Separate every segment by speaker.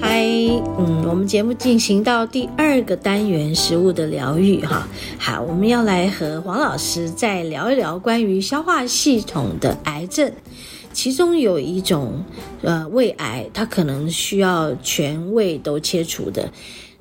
Speaker 1: 嗨，嗯，我们节目进行到第二个单元食物的疗愈哈。好，我们要来和黄老师再聊一聊关于消化系统的癌症，其中有一种呃胃癌，它可能需要全胃都切除的。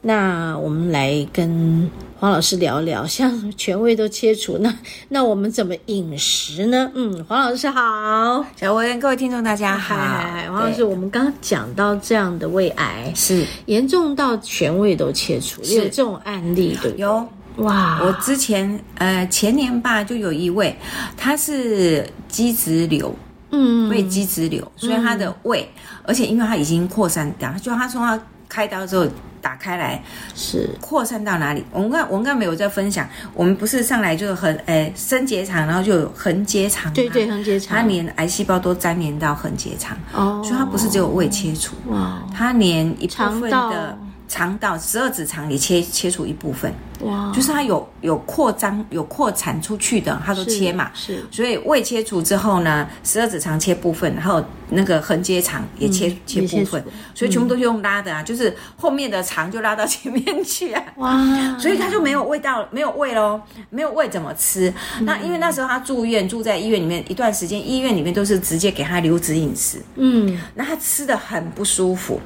Speaker 1: 那我们来跟黄老师聊聊，像全胃都切除，那 那我们怎么饮食呢？嗯，黄老师好，
Speaker 2: 小文，各位听众大家好。
Speaker 1: 嗨，黄老师，我们刚刚讲到这样的胃癌，
Speaker 2: 是
Speaker 1: 严重到全胃都切除，
Speaker 2: 是
Speaker 1: 有这种案例对不对？
Speaker 2: 有
Speaker 1: 哇，
Speaker 2: 我之前呃前年吧，就有一位，他是肌脂瘤，
Speaker 1: 嗯
Speaker 2: 胃肌脂瘤，所以他的胃，而且因为他已经扩散到，就他从他开刀之后打开来，
Speaker 1: 是
Speaker 2: 扩散到哪里？我们刚我们刚没有在分享，我们不是上来就横呃升结肠，然后就有横结肠、
Speaker 1: 对对，，横结
Speaker 2: 他
Speaker 1: 肠，
Speaker 2: 连癌细胞都粘连到横结肠，
Speaker 1: 哦，
Speaker 2: 所以他不是只有胃切除，
Speaker 1: 哇
Speaker 2: 它连一部分
Speaker 1: 肠道哦
Speaker 2: 的肠道十二指肠也切切除一部分，
Speaker 1: 哇，
Speaker 2: 就是它有有扩张、有扩产出去的，它都
Speaker 1: 是
Speaker 2: 切嘛。
Speaker 1: 是
Speaker 2: 所以胃切除之后呢，十二指肠切部分，还有那个横结肠也切、切
Speaker 1: 嗯也切
Speaker 2: 部
Speaker 1: 除嗯
Speaker 2: 分，所以全部都是用拉的啊，就是后面的肠就拉到前面去啊。
Speaker 1: 哇，
Speaker 2: 所以他就没有味道，没有胃喽，没有胃怎么吃？那因为那时候他住院，住在医院里面一段时间，医院里面都是直接给他流质饮食，
Speaker 1: 嗯
Speaker 2: 那他吃的很不舒服。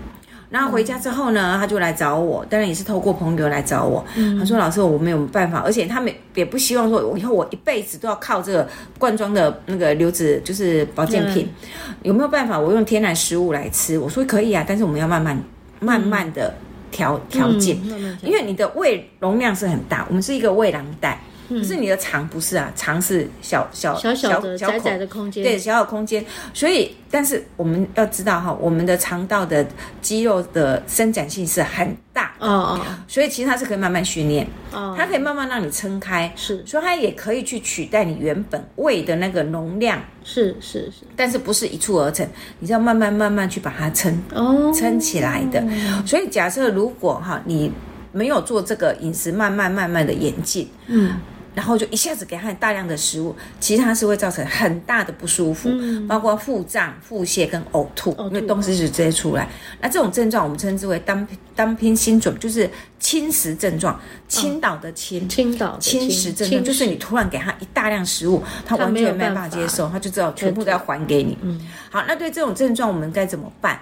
Speaker 2: 然后回家之后呢，他就来找我，当然也是透过朋友来找我。他说：“老师，我没有办法，而且他们也不希望说，我以后我一辈子都要靠这个罐装的那个流质，就是保健品，有没有办法？我用天然食物来吃？”我说：“可以啊，但是我们要慢慢、慢慢的调调节，
Speaker 1: 嗯慢慢调
Speaker 2: 因为你的胃容量是很大，我们是一个胃囊袋，可是你的肠不是啊，肠是小小
Speaker 1: 嗯小小的
Speaker 2: 小口
Speaker 1: 窄窄的空间，
Speaker 2: 对，小小空间。所以，但是我们要知道哈，我们的肠道的肌肉的伸展性是很大，
Speaker 1: 哦哦
Speaker 2: 所以其实它是可以慢慢训练，
Speaker 1: 哦，
Speaker 2: 它可以慢慢让你撑开，
Speaker 1: 是
Speaker 2: 所以它也可以去取代你原本胃的那个容量，
Speaker 1: 是是是
Speaker 2: 但是不是一蹴而成，你是要慢慢慢慢去把它撑
Speaker 1: 哦，
Speaker 2: 撑起来的。所以，假设如果哈你没有做这个饮食慢慢慢慢的演进，
Speaker 1: 嗯
Speaker 2: 然后就一下子给他大量的食物，其实它是会造成很大的不舒服，包括腹胀、腹泻跟呕吐，
Speaker 1: 吐
Speaker 2: 因为东西就直接出来。那这种症状我们称之为单单拼心肿，就是侵蚀症状，倾倒的侵。
Speaker 1: 青岛的
Speaker 2: 侵蚀症状就是你突然给他一大量食物，他
Speaker 1: 他
Speaker 2: 完
Speaker 1: 没有
Speaker 2: 全没有办
Speaker 1: 办
Speaker 2: 法
Speaker 1: 法
Speaker 2: 接受，他就知道全部都要还给你。嗯，好，那对这种症状我们该怎么办？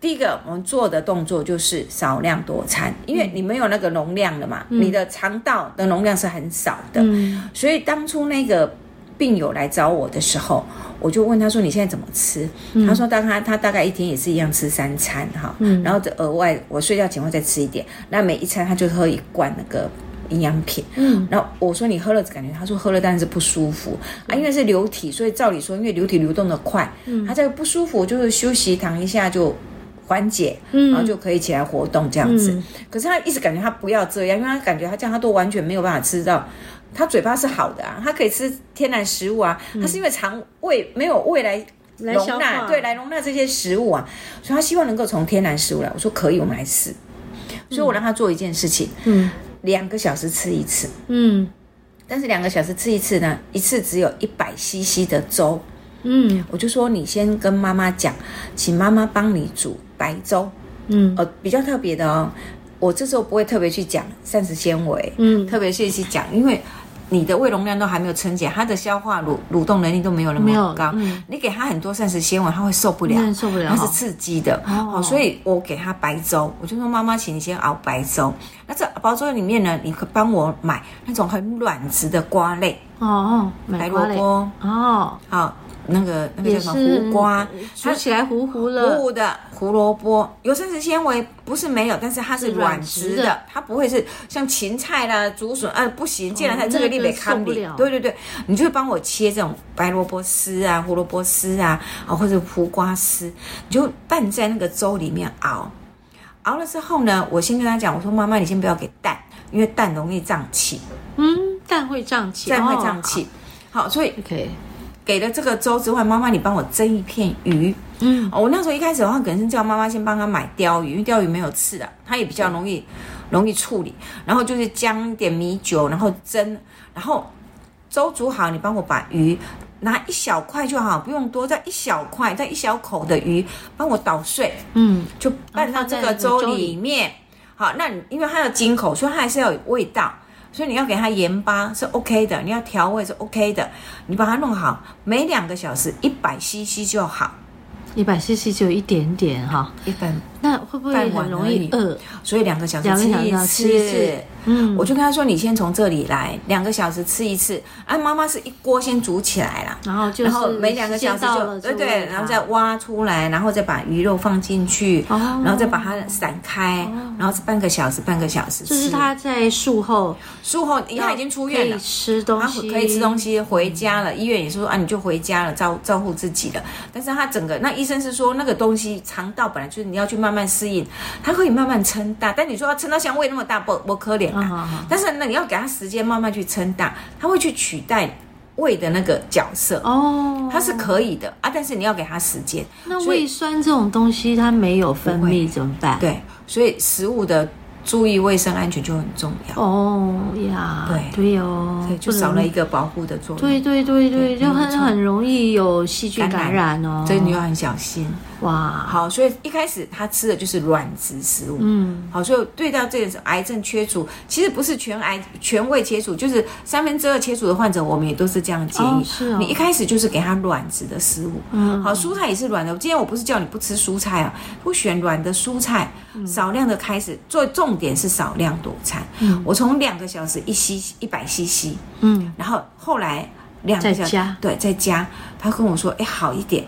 Speaker 2: 第一个，我们做的动作就是少量多餐，因为你没有那个容量了嘛，你的肠道的容量是很少的，
Speaker 1: 嗯
Speaker 2: 所以当初那个病友来找我的时候，我就问他说：“你现在怎么吃？”他说：“当他他大概一天也是一样吃三餐哈，然后额外我睡觉前会再吃一点，那每一餐他就喝一罐那个。”营养品，嗯，然后我说你喝了感觉，他说喝了当然是不舒服啊，因为是流体，所以照理说，因为流体流动的快，嗯，他这个不舒服就是休息躺一下就缓解，嗯，然后就可以起来活动这样
Speaker 1: 嗯
Speaker 2: 子。可是他一直感觉他不要这样，因为他感觉他这样他都完全没有办法吃到他嘴巴是好的啊，他可以吃天然食物啊，他是因为肠胃没有胃来
Speaker 1: 嗯来
Speaker 2: 容
Speaker 1: 消
Speaker 2: 纳，
Speaker 1: 化
Speaker 2: 对，来容纳这些食物啊，所以他希望能够从天然食物来。我说可以，我们来试。所以我让他做一件事情，
Speaker 1: 嗯
Speaker 2: 两个小时吃一次，
Speaker 1: 嗯
Speaker 2: 但是两个小时吃一次呢，一次只有一百 CC 的粥。
Speaker 1: 嗯
Speaker 2: 我就说你先跟妈妈讲，请妈妈帮你煮白粥。
Speaker 1: 嗯
Speaker 2: 呃，比较特别的哦，我这时候不会特别去讲膳食纤维，
Speaker 1: 嗯
Speaker 2: 特别是去讲，因为你的胃容量都还没有撑起来，它的消化蠕蠕动能力都没有那
Speaker 1: 没有
Speaker 2: 么高，
Speaker 1: 嗯
Speaker 2: 你给它很多膳食纤维，它会受不了
Speaker 1: 真的，嗯受不了
Speaker 2: 它啊是刺激的，
Speaker 1: 哦
Speaker 2: 哦，所以我给它白粥，我就说妈妈，请你先熬白粥。那这白粥里面呢，你可以帮我买那种很软质的瓜类，
Speaker 1: 哦哦，
Speaker 2: 白
Speaker 1: 买
Speaker 2: 萝
Speaker 1: 瓜嘞
Speaker 2: 卜，
Speaker 1: 哦，
Speaker 2: 好、那个那个
Speaker 1: 也
Speaker 2: 叫
Speaker 1: 是
Speaker 2: 什么胡瓜，
Speaker 1: 煮起来糊糊
Speaker 2: 糊
Speaker 1: 了，
Speaker 2: 糊的胡萝卜，有膳食纤维不是没有，但是它是软
Speaker 1: 是
Speaker 2: 质
Speaker 1: 软质
Speaker 2: 的，
Speaker 1: 的
Speaker 2: 它不会是像芹菜啦、竹笋，啊，不行，芥蓝菜、
Speaker 1: 那
Speaker 2: 这个你
Speaker 1: 个
Speaker 2: 得看
Speaker 1: 受不
Speaker 2: 你
Speaker 1: 了，
Speaker 2: 对对对，你就帮我切这种白萝卜丝啊、胡萝卜丝啊，啊或者胡瓜丝，你就拌在那个粥里面熬。熬了之后呢，我先跟他讲，我说妈妈，你先不要给蛋，因为蛋容易胀气。
Speaker 1: 嗯，蛋站会胀气，
Speaker 2: 这样会
Speaker 1: 哦
Speaker 2: 胀气。好，所以
Speaker 1: 好 OK，
Speaker 2: 给了这个粥之外，妈妈你帮我蒸一片鱼。
Speaker 1: 嗯，
Speaker 2: 哦，我那时候一开始的话，可能是叫妈妈先帮她买鲷鱼，因为鲷鱼没有刺的，啊它也比较容易容易处理。然后就是姜一点米酒，然后蒸，然后粥煮好，你帮我把鱼拿一小块就好，不用多，再一小块，再一小口的鱼，帮我捣碎，
Speaker 1: 嗯，
Speaker 2: 就拌到这个粥里面。好，那你因为它有金口，所以它还是要有味道，所以你要给它盐巴是 OK 的，你要调味是 OK 的，你把它弄好，每两个小时一百 CC 就好，
Speaker 1: 一百 CC 只有一点点哈，
Speaker 2: 一百
Speaker 1: 那会不会
Speaker 2: 饭碗
Speaker 1: 很容
Speaker 2: 而
Speaker 1: 易
Speaker 2: 已
Speaker 1: 饿？
Speaker 2: 所以两个小时
Speaker 1: 两个
Speaker 2: 吃
Speaker 1: 小时
Speaker 2: 一
Speaker 1: 要
Speaker 2: 次，
Speaker 1: 吃一次嗯，
Speaker 2: 我就跟他说：“你先从这里来，两个小时吃一次。”啊，妈妈是一锅先煮起来啦，
Speaker 1: 然后就
Speaker 2: 然后
Speaker 1: 是
Speaker 2: 每两个
Speaker 1: 时间
Speaker 2: 小时
Speaker 1: 到
Speaker 2: 就呃
Speaker 1: 了
Speaker 2: 对
Speaker 1: 就
Speaker 2: 对，
Speaker 1: 喂
Speaker 2: 然后
Speaker 1: 它
Speaker 2: 再挖出来，然后再把鱼肉放进去，
Speaker 1: 哦
Speaker 2: 然后再把它散开，然后是半个小时，半个小时吃。
Speaker 1: 就是他在术后，
Speaker 2: 术后，因为他已经出院
Speaker 1: 可
Speaker 2: 了
Speaker 1: 以。吃东
Speaker 2: 他
Speaker 1: 西，
Speaker 2: 可以吃东西，回家了。医院也说啊，你就回家了，照照顾自己了。但是他整个那医生是说，那个东西肠道本来就是你要去慢慢适应，他可以慢慢撑大。但你说要撑到像胃那么大，不不可怜
Speaker 1: 嗯
Speaker 2: 啊。
Speaker 1: 好好
Speaker 2: 但是呢，你要给他时间慢慢去撑大，他会去取代胃的那个角色，
Speaker 1: 哦，
Speaker 2: 他是可以的啊。但是你要给他时间，
Speaker 1: 那
Speaker 2: 所以
Speaker 1: 胃酸这种东西它没有分
Speaker 2: 不会
Speaker 1: 泌怎么办？
Speaker 2: 对，所以食物的注意卫生安全就很重要，
Speaker 1: 哦呀，
Speaker 2: 对
Speaker 1: 对哦，
Speaker 2: 对，就
Speaker 1: 不能
Speaker 2: 少了一个保护的作用，
Speaker 1: 对对对对，
Speaker 2: 对
Speaker 1: 就
Speaker 2: 没
Speaker 1: 很
Speaker 2: 有错
Speaker 1: 很容易有细菌
Speaker 2: 感
Speaker 1: 感染哦。
Speaker 2: 所以你要很小心。
Speaker 1: 哇，
Speaker 2: 好，所以一开始他吃的就是软质食物。
Speaker 1: 嗯，
Speaker 2: 好，所以对到这个癌症切除，其实不是全癌全胃切除，就是三分之二切除的患者，我们也都是这样建
Speaker 1: 哦
Speaker 2: 议。
Speaker 1: 是哦
Speaker 2: 你一开始就是给他软质的食物，
Speaker 1: 嗯
Speaker 2: 好，蔬菜也是软的。今天我不是叫你不吃蔬菜啊，不选软的蔬菜，少量的开始，做重点是少量多餐。
Speaker 1: 嗯
Speaker 2: 我从两个小时一 c 一百 cc，
Speaker 1: 嗯，
Speaker 2: 然后后来两
Speaker 1: 在
Speaker 2: 个小时
Speaker 1: 家，
Speaker 2: 对，在家，他跟我说，哎，好一点，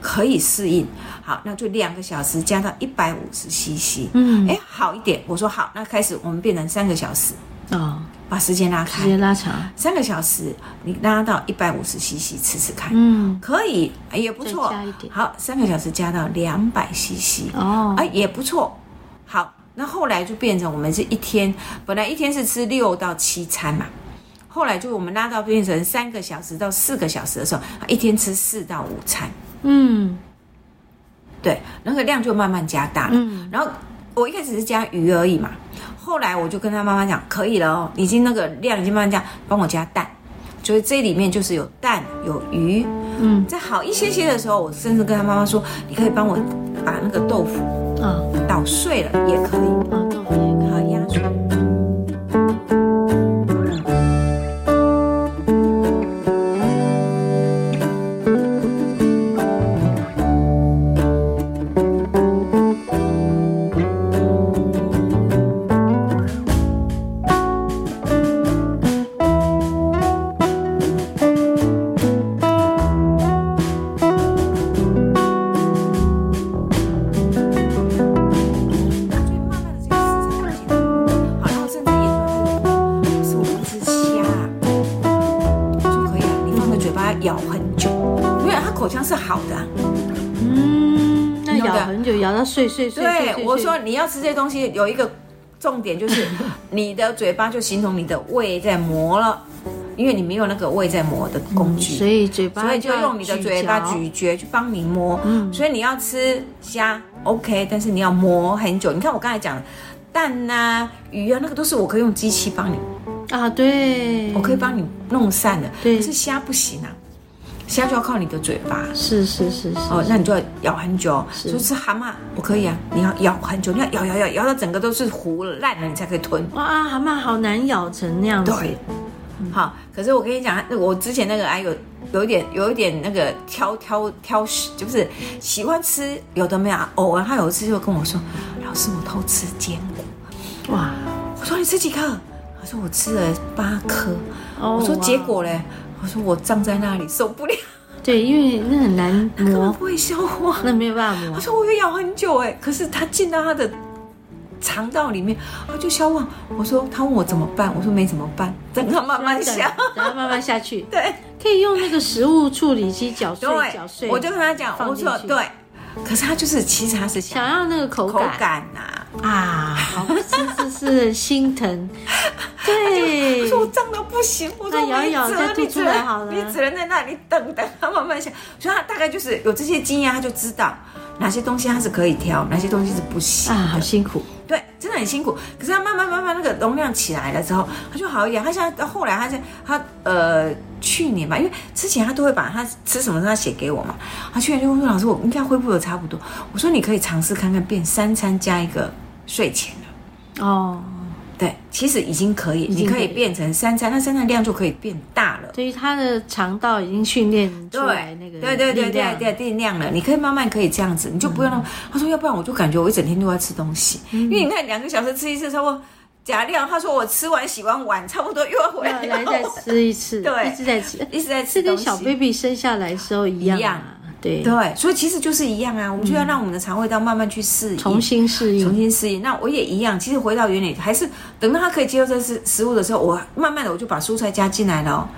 Speaker 2: 可以适应。好，那就两个小时加到一百五十 CC，
Speaker 1: 嗯
Speaker 2: 哎，好一点。我说好，那开始我们变成三个小时，
Speaker 1: 哦，
Speaker 2: 把时间拉
Speaker 1: 时间
Speaker 2: 开，
Speaker 1: 拉长，
Speaker 2: 三个小时你拉到一百五十 CC 吃吃看，
Speaker 1: 嗯，
Speaker 2: 可以，哎也不错
Speaker 1: 再加一。点
Speaker 2: 好，三个小时加到两百 CC，
Speaker 1: 哦，
Speaker 2: 哎，也不错。好，那后来就变成我们是一天，本来一天是吃六到七餐嘛，后来就我们拉到变成三个小时到四个小时的时候，一天吃四到五餐，
Speaker 1: 嗯
Speaker 2: 对，那个量就慢慢加大了。
Speaker 1: 嗯，
Speaker 2: 然后我一开始是加鱼而已嘛，后来我就跟他妈妈讲，可以了哦，已经那个量已经慢慢加，帮我加蛋。所以这里面就是有蛋有鱼，
Speaker 1: 嗯
Speaker 2: 在好一些些的时候，我甚至跟他妈妈说，你可以帮我把那个豆腐
Speaker 1: 啊
Speaker 2: 捣碎了也可以。
Speaker 1: 啊，豆腐也可以
Speaker 2: 好压缩。所以慢慢的这个食材就进来好，然后甚至也就是是我不吃虾啊，就可以啊，你放在嘴巴咬很久，因为它口腔是好的啊、
Speaker 1: 嗯，那
Speaker 2: 有的
Speaker 1: 咬很久，咬到碎碎碎碎碎
Speaker 2: 对，我
Speaker 1: 碎
Speaker 2: 说你要吃这东西有一个重点就是你的嘴巴就形同你的胃在磨了，因为你没有那个胃在磨的工具。
Speaker 1: 所以嘴巴
Speaker 2: 所以就
Speaker 1: 要
Speaker 2: 用你的嘴巴
Speaker 1: 嚼
Speaker 2: 咀嚼去帮你磨。
Speaker 1: 嗯
Speaker 2: 所以你要吃虾，OK，但是你要磨很久。你看我刚才讲的蛋呐、鱼啊，那个都是我可以用机器帮你，
Speaker 1: 啊，对，
Speaker 2: 我可以帮你弄散的。
Speaker 1: 对
Speaker 2: 可是虾不行啊，虾就要靠你的嘴巴。
Speaker 1: 是是是是
Speaker 2: 哦，那你就要咬很久，
Speaker 1: 是
Speaker 2: 所以吃蛤蟆我可以啊，你要咬很久，你要咬咬咬咬到整个都是糊了烂了，你才可以吞。
Speaker 1: 哇，蛤蟆好难咬成那样子，
Speaker 2: 对，好，可是我跟你讲，我之前那个哎有有一点有一点那个挑挑挑食，就是喜欢吃有的没有啊，偶尔他有一次就跟我说，老师我偷吃坚果，
Speaker 1: 哇，
Speaker 2: 我说你吃几颗？他说我吃了八颗，
Speaker 1: 哦
Speaker 2: 我说
Speaker 1: 哇
Speaker 2: 结果嘞，我说我站在那里受不了，
Speaker 1: 对，因为那很难
Speaker 2: 根本
Speaker 1: 磨，
Speaker 2: 不会消化。
Speaker 1: 那没有办法
Speaker 2: 他
Speaker 1: 磨，
Speaker 2: 说我有咬很久哎，可是他进到他的肠道里面，他就消化。我说他问我怎么办，我说没怎么办，等他慢慢消。
Speaker 1: 然后慢慢下去，
Speaker 2: 对。
Speaker 1: 可以用那个食物处理机搅碎搅碎，
Speaker 2: 我就跟他讲，
Speaker 1: 放
Speaker 2: 我
Speaker 1: 进
Speaker 2: 说
Speaker 1: 去
Speaker 2: 对，可是他就是其实他是
Speaker 1: 想
Speaker 2: 想
Speaker 1: 要那个口
Speaker 2: 口
Speaker 1: 感，
Speaker 2: 感呐、
Speaker 1: 啊，好，是是是，心疼，对，
Speaker 2: 我说我胀到不行，我说
Speaker 1: 那咬一
Speaker 2: 没
Speaker 1: 咬再
Speaker 2: 辙，
Speaker 1: 吐
Speaker 2: 你
Speaker 1: 出
Speaker 2: 只
Speaker 1: 来好
Speaker 2: 能
Speaker 1: 了
Speaker 2: 你只能在那里等等，他慢慢想。所以他大概就是有这些经验，他就知道哪些东西他是可以挑，哪些东西是不行
Speaker 1: 啊，
Speaker 2: 的。
Speaker 1: 好辛苦，
Speaker 2: 对，真的很辛苦。可是他慢慢慢慢那个容量起来了之后，他就好一点。他现在到后来他在他呃去年吧，因为之前他都会把他吃什么他写给我嘛。他去年就问说：“老师，我应该恢复的差不多。”我说：“你可以尝试看看变三餐加一个睡前了。”
Speaker 1: 哦，
Speaker 2: 对，其实已经可以，
Speaker 1: 经
Speaker 2: 你可
Speaker 1: 可以
Speaker 2: 以变成三餐，那三餐量就可以变大了。
Speaker 1: 对于他的肠道已经训练出来那个
Speaker 2: 对对对
Speaker 1: 力
Speaker 2: 对
Speaker 1: 量嗯
Speaker 2: 对，定量了，你可以慢慢可以这样子，你就不用那么。他说，要不然我就感觉我一整天都在吃东西，因为你看两个小时吃一次，差不多假量。他说我吃完洗完碗，差不多又要回来，
Speaker 1: 要来再吃一次，
Speaker 2: 对
Speaker 1: 一直在 吃，
Speaker 2: 一直在吃
Speaker 1: 这
Speaker 2: 东
Speaker 1: 跟
Speaker 2: 西。
Speaker 1: 小 baby 生下来的时候一样、啊，
Speaker 2: 一样
Speaker 1: 对，
Speaker 2: 对，所以其实就是一样啊，我们就要让我们的肠胃道慢慢去适应，
Speaker 1: 嗯重新适
Speaker 2: 重新
Speaker 1: 应，
Speaker 2: 适应。那我也一样，其实回到原点，还是等到他可以接受这食食物的时候，我慢慢的我就把蔬菜加进来了、哦。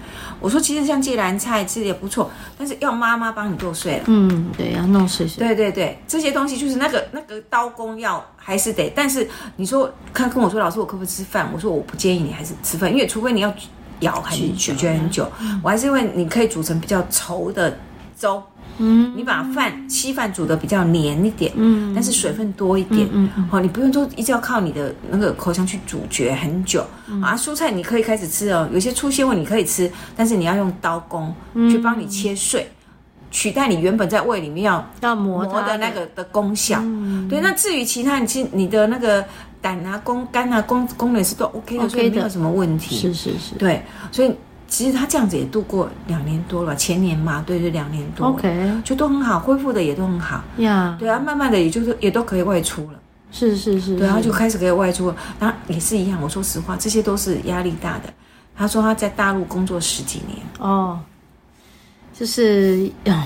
Speaker 2: 我说，其实像芥蓝菜吃的也不错，但是要妈妈帮你剁碎了。
Speaker 1: 嗯，对，要弄碎碎，
Speaker 2: 对对对，这些东西就是那个那个刀工要还是得，但是你说他跟我说老师我可不可以吃饭？我说我不建议你还是吃饭，因为除非你要咬很
Speaker 1: 咀
Speaker 2: 久
Speaker 1: 嚼
Speaker 2: 咀嚼很久，我还是因为你可以煮成比较稠的粥，
Speaker 1: 嗯
Speaker 2: 你把饭稀饭煮的比较黏一点，
Speaker 1: 嗯
Speaker 2: 但是水分多一点，
Speaker 1: 嗯
Speaker 2: 好、你不用都一直要靠你的那个口腔去咀嚼很久、
Speaker 1: 嗯
Speaker 2: 啊。蔬菜你可以开始吃哦，有些粗纤维你可以吃，但是你要用刀工
Speaker 1: 嗯
Speaker 2: 去帮你切碎，取代你原本在胃里面要
Speaker 1: 要磨
Speaker 2: 磨
Speaker 1: 它
Speaker 2: 的那个的功效。
Speaker 1: 嗯
Speaker 2: 对，那至于其他，你其实你的那个胆啊、功肝啊、功功能是都 OK 的
Speaker 1: OK
Speaker 2: 所以没
Speaker 1: 的
Speaker 2: 有什么问题。
Speaker 1: 是是是
Speaker 2: 对，所以其实他这样子也度过两年多了吧，前年嘛，对对，两年多了
Speaker 1: ，OK 嗯
Speaker 2: 就都很好，恢复的也都很好。
Speaker 1: 呀，
Speaker 2: 对啊，慢慢的也就是也都可以外出了，
Speaker 1: 是是是，
Speaker 2: 对啊，
Speaker 1: 是
Speaker 2: 他就开始可以外出了，然后也是一样。我说实话，这些都是压力大的。他说他在大陆工作十几年，
Speaker 1: 哦，就是嗯，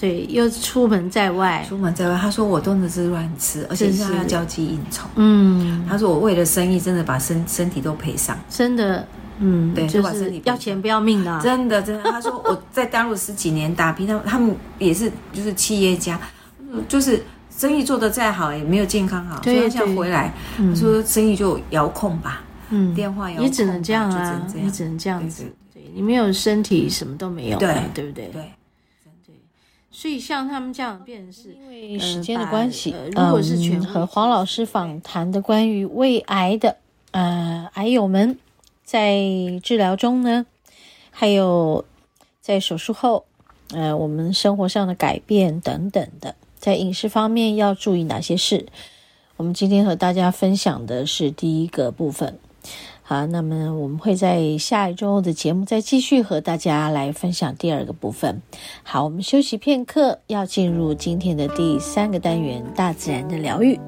Speaker 1: 对，又出门在外，
Speaker 2: 出门在外，他说我真的是乱吃，而且
Speaker 1: 哎是
Speaker 2: 是他
Speaker 1: 是
Speaker 2: 交际应酬。
Speaker 1: 嗯，
Speaker 2: 他说我为了生意，真的把身身体都赔上，
Speaker 1: 真的，嗯，
Speaker 2: 对
Speaker 1: 就
Speaker 2: 就把身
Speaker 1: 是
Speaker 2: 体
Speaker 1: 要钱不要命啊，
Speaker 2: 真的真的。他说我在大陆十几年打拼，他们他们也是就是企业家，嗯就是生意做得再好也没有健康好，所
Speaker 1: 对
Speaker 2: 以他现
Speaker 1: 对
Speaker 2: 在回来，他说生意就遥控吧，
Speaker 1: 嗯，
Speaker 2: 电话遥控
Speaker 1: 也只能这样
Speaker 2: 就只
Speaker 1: 啊
Speaker 2: 能，这样
Speaker 1: 也只能这样子
Speaker 2: 对，
Speaker 1: 对你没有身体什么都没有啊，
Speaker 2: 对
Speaker 1: 对不对？
Speaker 2: 对。
Speaker 1: 所以像他们这样，变成是因为
Speaker 3: 时间的关系，
Speaker 1: 呃如果是
Speaker 3: 嗯
Speaker 1: 全部
Speaker 3: 和黄老师访谈的关于胃癌的呃癌友们在治疗中呢，还有在手术后，呃，我们生活上的改变等等的，在饮食方面要注意哪些事？我们今天和大家分享的是第一个部分。好，那么我们会在下一周的节目再继续和大家来分享第二个部分。好，我们休息片刻，要进入今天的第三个单元——大自然的疗愈。